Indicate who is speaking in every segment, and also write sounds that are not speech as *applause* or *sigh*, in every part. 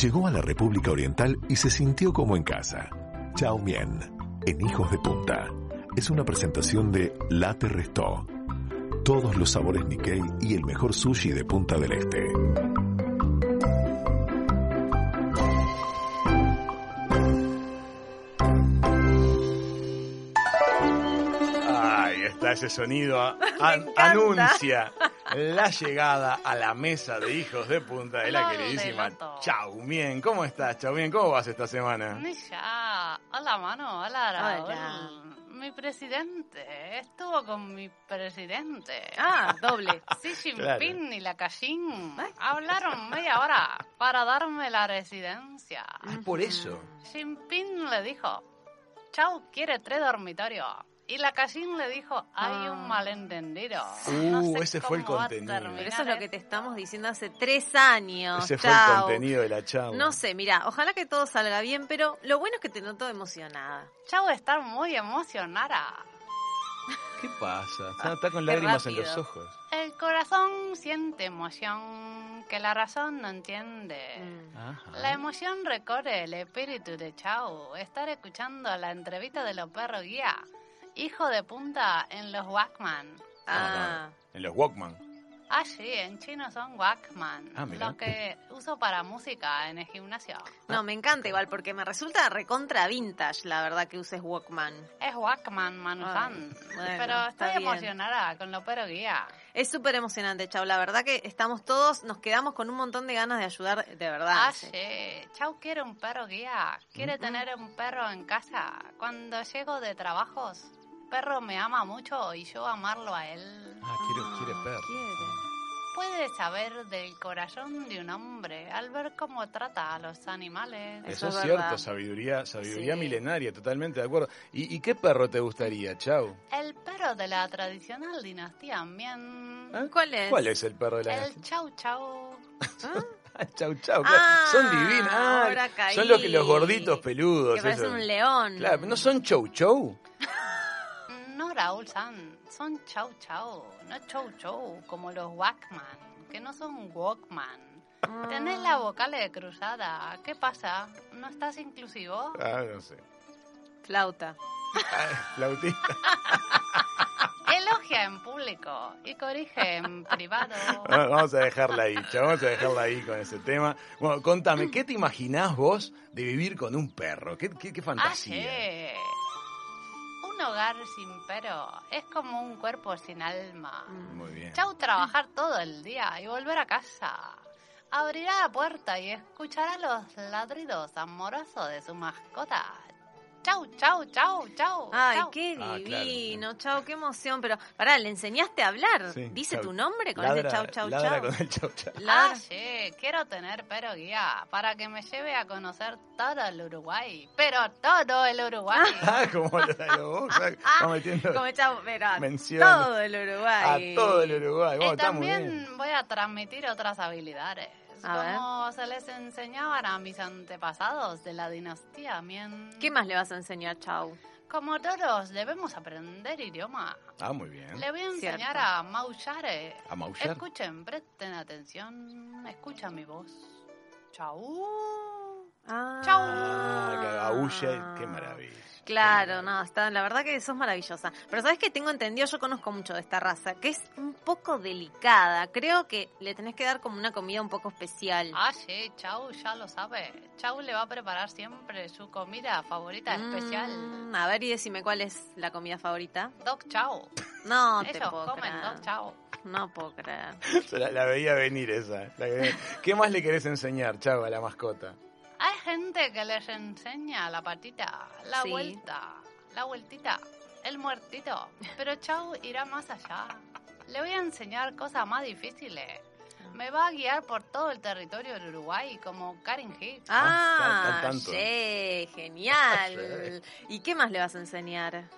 Speaker 1: Llegó a la República Oriental y se sintió como en casa. Chao Mien, en Hijos de Punta. Es una presentación de Latte Restó. Todos los sabores Nikkei y el mejor sushi de Punta del Este.
Speaker 2: Ahí está ese sonido.
Speaker 3: *laughs*
Speaker 2: a- an-
Speaker 4: encanta.
Speaker 2: anuncia la llegada a la mesa de hijos de punta de la
Speaker 4: Lo
Speaker 2: queridísima
Speaker 4: delató.
Speaker 2: Chaumien. ¿Cómo estás, Chaumien? ¿Cómo vas esta semana?
Speaker 4: Ya, hola mano, hola Raúl.
Speaker 3: Hola.
Speaker 4: Mi presidente estuvo con mi presidente. *laughs*
Speaker 3: Ah, *laughs* doble.
Speaker 4: Xi Jinping
Speaker 2: Claro.
Speaker 4: y la Callín
Speaker 3: Ay. *laughs*
Speaker 4: hablaron media hora para darme la residencia.
Speaker 2: Ah, por eso.
Speaker 4: Jinping le dijo, Chau quiere tres dormitorios. Y la Callín le dijo, hay un
Speaker 3: Ah.
Speaker 4: malentendido.
Speaker 2: Uh, ese fue el
Speaker 4: cómo va a
Speaker 2: contenido.
Speaker 4: terminar
Speaker 3: Pero eso es lo que te
Speaker 4: esto".
Speaker 3: estamos diciendo hace tres años.
Speaker 2: Ese fue el
Speaker 3: Chau.
Speaker 2: contenido de la Chau.
Speaker 3: No sé, mira, ojalá que todo salga bien, pero lo bueno es que te noto emocionada.
Speaker 4: Chau está muy emocionada.
Speaker 2: ¿Qué pasa? Está, está con
Speaker 3: Ah, Qué
Speaker 2: lágrimas en los
Speaker 3: rápido.
Speaker 2: ojos.
Speaker 4: El corazón siente emoción que la razón no entiende.
Speaker 3: Mm.
Speaker 2: Ajá.
Speaker 4: La emoción recorre el espíritu de Chao. Estar escuchando la entrevista de los perros guía. Hijo de punta en los Walkman.
Speaker 3: Ah,
Speaker 2: En los Walkman.
Speaker 4: Ah, sí, en chino son Walkman.
Speaker 2: Ah, mira.
Speaker 4: lo que uso para música en el gimnasio.
Speaker 3: no, me encanta igual porque me resulta recontra vintage, la verdad que uses Walkman.
Speaker 4: Es Walkman, Manusan.
Speaker 3: Ay, Ah, bueno,
Speaker 4: Pero
Speaker 3: está
Speaker 4: estoy
Speaker 3: bien.
Speaker 4: emocionada con los perros guía.
Speaker 3: Es súper emocionante, chau. La verdad que estamos todos, nos quedamos con un montón de ganas de ayudar, de verdad.
Speaker 4: Ah,
Speaker 3: Sí.
Speaker 4: sí. Chau quiere un perro guía. Quiere tener un perro en casa. Cuando llego de trabajos, perro me ama mucho y yo amarlo a él.
Speaker 2: Ah, quiere, quiere perro.
Speaker 3: Quiere.
Speaker 4: Puede saber del corazón de un hombre al ver cómo trata a los animales.
Speaker 2: Eso,
Speaker 3: Eso es
Speaker 2: es cierto,
Speaker 3: verdad.
Speaker 2: sabiduría, sabiduría
Speaker 4: Sí.
Speaker 2: milenaria, totalmente de acuerdo. ¿Y, y qué perro te gustaría, Chau?
Speaker 4: El perro de la tradicional dinastía Mien.
Speaker 2: ¿Eh?
Speaker 3: ¿Cuál es?
Speaker 2: ¿Cuál es el perro de la
Speaker 4: El chau chau.
Speaker 2: Ah, *laughs* Chau, chau. claro.
Speaker 3: Ah,
Speaker 2: son divinas. Ah,
Speaker 3: ahora caí.
Speaker 2: son los, que- los gorditos peludos.
Speaker 3: Que parece
Speaker 2: esos.
Speaker 3: un león.
Speaker 2: Claro, pero no son chau chau.
Speaker 4: No Raúl San, son chau chau, no chau chau, como los Walkman, que no son Walkman.
Speaker 3: Ah.
Speaker 4: Tenés la vocal cruzada. ¿Qué pasa? ¿No estás inclusivo?
Speaker 2: Ah, no sé.
Speaker 3: Flauta.
Speaker 2: Ah, *laughs* Flautista.
Speaker 3: Ah.
Speaker 4: Elogia en público y
Speaker 3: *laughs*
Speaker 4: corrige en privado.
Speaker 2: Ah, Vamos a dejarla ahí, chau. Vamos a dejarla ahí con ese tema. Bueno, contame, ¿qué te imaginás vos de vivir con un perro? ¿Qué, qué, qué fantasía?
Speaker 3: Ah,
Speaker 4: Aye. Un hogar sin pero es como un cuerpo sin alma.
Speaker 3: Mm.
Speaker 2: Muy bien.
Speaker 4: Chau trabajar todo el día y volver a casa. Abrirá la puerta y escuchará los ladridos amorosos de su mascota. Chau, chau, chau, chau.
Speaker 3: Ay,
Speaker 4: chau.
Speaker 3: qué
Speaker 2: Ah, claro,
Speaker 3: divino, chau, qué emoción. Pero, pará, le enseñaste a hablar.
Speaker 2: Sí,
Speaker 3: Dice
Speaker 2: chau.
Speaker 3: tu nombre con
Speaker 2: Ladra-
Speaker 3: ese chau, chau,
Speaker 2: ladra
Speaker 3: chau.
Speaker 2: con el chau, chau.
Speaker 4: Ah,
Speaker 3: Ladra.
Speaker 4: sí, quiero tener pero guía para que me lleve a conocer todo el Uruguay. Pero todo el Uruguay.
Speaker 2: *laughs* Ah, como lo de vos,
Speaker 3: *laughs*
Speaker 2: ¿sabes? Va
Speaker 4: Ah,
Speaker 2: metiendo
Speaker 3: Ah, Como chau, pero a
Speaker 2: Menciona.
Speaker 3: todo Eh, el
Speaker 2: a
Speaker 3: Uruguay.
Speaker 2: todo el Uruguay. Bueno,
Speaker 4: y
Speaker 2: Oh, está muy bien.
Speaker 4: también voy a transmitir otras habilidades.
Speaker 3: A ver.
Speaker 4: como se les enseñaban a mis antepasados de la dinastía Mien.
Speaker 3: ¿Qué más le vas a enseñar, chau?
Speaker 4: Como todos debemos aprender idioma.
Speaker 2: Ah, muy bien.
Speaker 4: Le voy a enseñar
Speaker 3: Cierto.
Speaker 4: a maullare.
Speaker 2: A maullar.
Speaker 4: Escuchen, presten atención. Escucha mi voz. Chau.
Speaker 3: Ah.
Speaker 4: Chau.
Speaker 2: Ah, que aúlla, qué maravilla.
Speaker 3: Claro, no, está, la verdad que sos maravillosa. Pero sabes que tengo entendido, yo conozco mucho de esta raza, que es un poco delicada. Creo que le tenés que dar como una comida un poco especial.
Speaker 4: Ah, sí, Chau ya lo sabe. Chau le va a preparar siempre su comida favorita especial.
Speaker 3: Mm, a ver y decime cuál es la comida favorita.
Speaker 4: Dog Chau.
Speaker 3: No te
Speaker 4: Ellos
Speaker 3: puedo
Speaker 4: comen
Speaker 3: creer.
Speaker 4: Dog Chau.
Speaker 3: No puedo creer.
Speaker 2: Yo la, la veía venir esa. la que- ¿Qué más le querés enseñar, Chau, a la mascota?
Speaker 4: Hay gente que les enseña la patita, la
Speaker 3: Sí.
Speaker 4: vuelta, la vueltita, el muertito. Pero Chau irá más allá. Le voy a enseñar cosas más difíciles.
Speaker 3: Ah.
Speaker 4: Me va a guiar por todo el territorio del Uruguay como Karen Hicks.
Speaker 2: Ah,
Speaker 3: Ah,
Speaker 2: tan- tan tanto.
Speaker 3: ye,
Speaker 2: *laughs*
Speaker 3: genial. ¿Y qué más le vas a enseñar?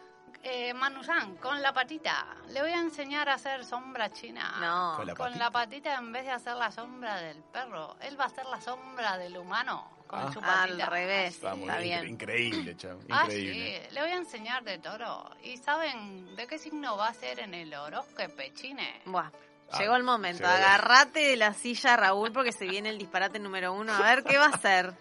Speaker 4: Eh, Manusan, con la patita. Le voy a enseñar a hacer sombra china.
Speaker 3: No.
Speaker 2: Con la-
Speaker 4: Con
Speaker 2: patita.
Speaker 4: la patita, en vez de hacer la sombra del perro, él va a hacer la sombra del humano con
Speaker 2: Ah.
Speaker 4: su
Speaker 3: Al
Speaker 4: patita.
Speaker 3: revés,
Speaker 2: Está muy
Speaker 3: está
Speaker 2: bien,
Speaker 3: bien.
Speaker 2: Increíble, Chau.
Speaker 4: Ah,
Speaker 2: Increíble.
Speaker 4: sí, le voy a enseñar de toro. ¿Y saben de qué signo va a ser en el horóscopo, Chine?
Speaker 3: Buah,
Speaker 2: Ah,
Speaker 3: Llegó el momento.
Speaker 2: llegó el-
Speaker 3: Agarrate de la silla, Raúl, porque se viene el disparate número uno. A ver qué va a
Speaker 2: *laughs*
Speaker 3: ser.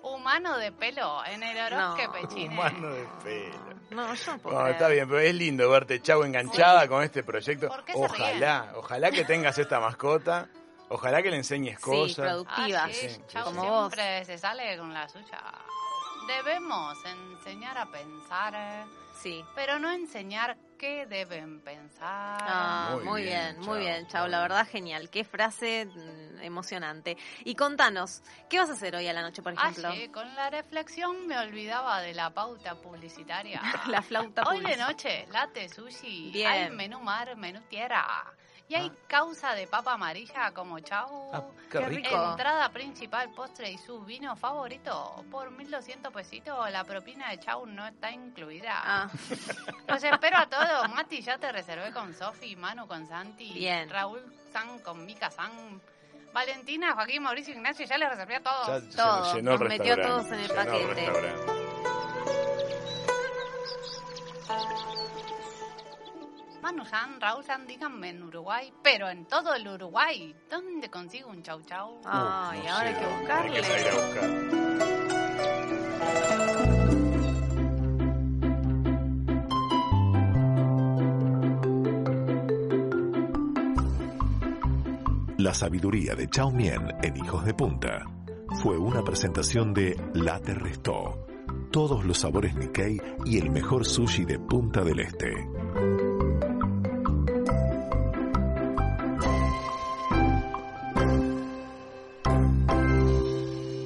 Speaker 4: Humano de pelo en el Orozque
Speaker 3: No.
Speaker 4: Pechine.
Speaker 2: Humano de pelo.
Speaker 3: No, yo no puedo.
Speaker 2: No,
Speaker 3: creer.
Speaker 2: está bien, pero es lindo verte, Chau, enganchada con este proyecto.
Speaker 4: ¿Por qué se
Speaker 2: Ojalá, ojalá que tengas esta mascota. Ojalá que le enseñes
Speaker 3: Sí,
Speaker 2: cosas.
Speaker 3: productiva.
Speaker 4: Ah, sí,
Speaker 2: Sí,
Speaker 4: Chau
Speaker 3: sí, sí.
Speaker 4: siempre se sale con la suya. Debemos enseñar a pensar, eh,
Speaker 3: Sí.
Speaker 4: pero no enseñar qué deben pensar.
Speaker 3: Ah,
Speaker 2: Muy
Speaker 3: muy,
Speaker 2: bien,
Speaker 3: bien,
Speaker 2: Chao.
Speaker 3: muy bien, Chao. La verdad, genial. Qué frase mm, emocionante. Y contanos, ¿qué vas a hacer hoy a la noche, por
Speaker 4: Ah,
Speaker 3: ejemplo?
Speaker 4: sí, con la reflexión me olvidaba de la pauta publicitaria.
Speaker 3: *laughs* *laughs* La flauta
Speaker 4: Hoy de
Speaker 3: pulsa.
Speaker 4: noche, late sushi,
Speaker 3: Bien.
Speaker 4: hay menú mar, menú tierra. Y hay
Speaker 2: Ah.
Speaker 4: causa de papa amarilla como chau.
Speaker 2: Ah, qué
Speaker 3: Qué
Speaker 2: rico.
Speaker 3: rico.
Speaker 4: Entrada principal, postre y su vino favorito. Por 1200 pesitos, la propina de Chau no está incluida.
Speaker 3: Ah,
Speaker 4: Los espero a todos. *laughs* Mati, ya te reservé con Sofi, Manu con Santi,
Speaker 3: Bien.
Speaker 4: Raúl San con Mica San, Valentina, Joaquín, Mauricio, Ignacio, ya les reservé a todos.
Speaker 2: Ya se
Speaker 3: Todo,
Speaker 2: nos llenó el
Speaker 3: nos metió a
Speaker 2: restaurante,
Speaker 3: todos en el
Speaker 2: llenó
Speaker 3: paquete.
Speaker 2: restaurante.
Speaker 4: Manu San, Raúl San, díganme en Uruguay, pero en todo el Uruguay, ¿dónde consigo un chau chau?
Speaker 2: Uh,
Speaker 3: Ay,
Speaker 2: no
Speaker 3: ahora
Speaker 2: sé
Speaker 3: hay que
Speaker 2: dónde, hay que
Speaker 3: buscarle.
Speaker 2: salir a buscar.
Speaker 1: La sabiduría de Chao Mien en Hijos de Punta fue una presentación de La Te Restó, todos los sabores Nikkei y el mejor sushi de Punta del Este.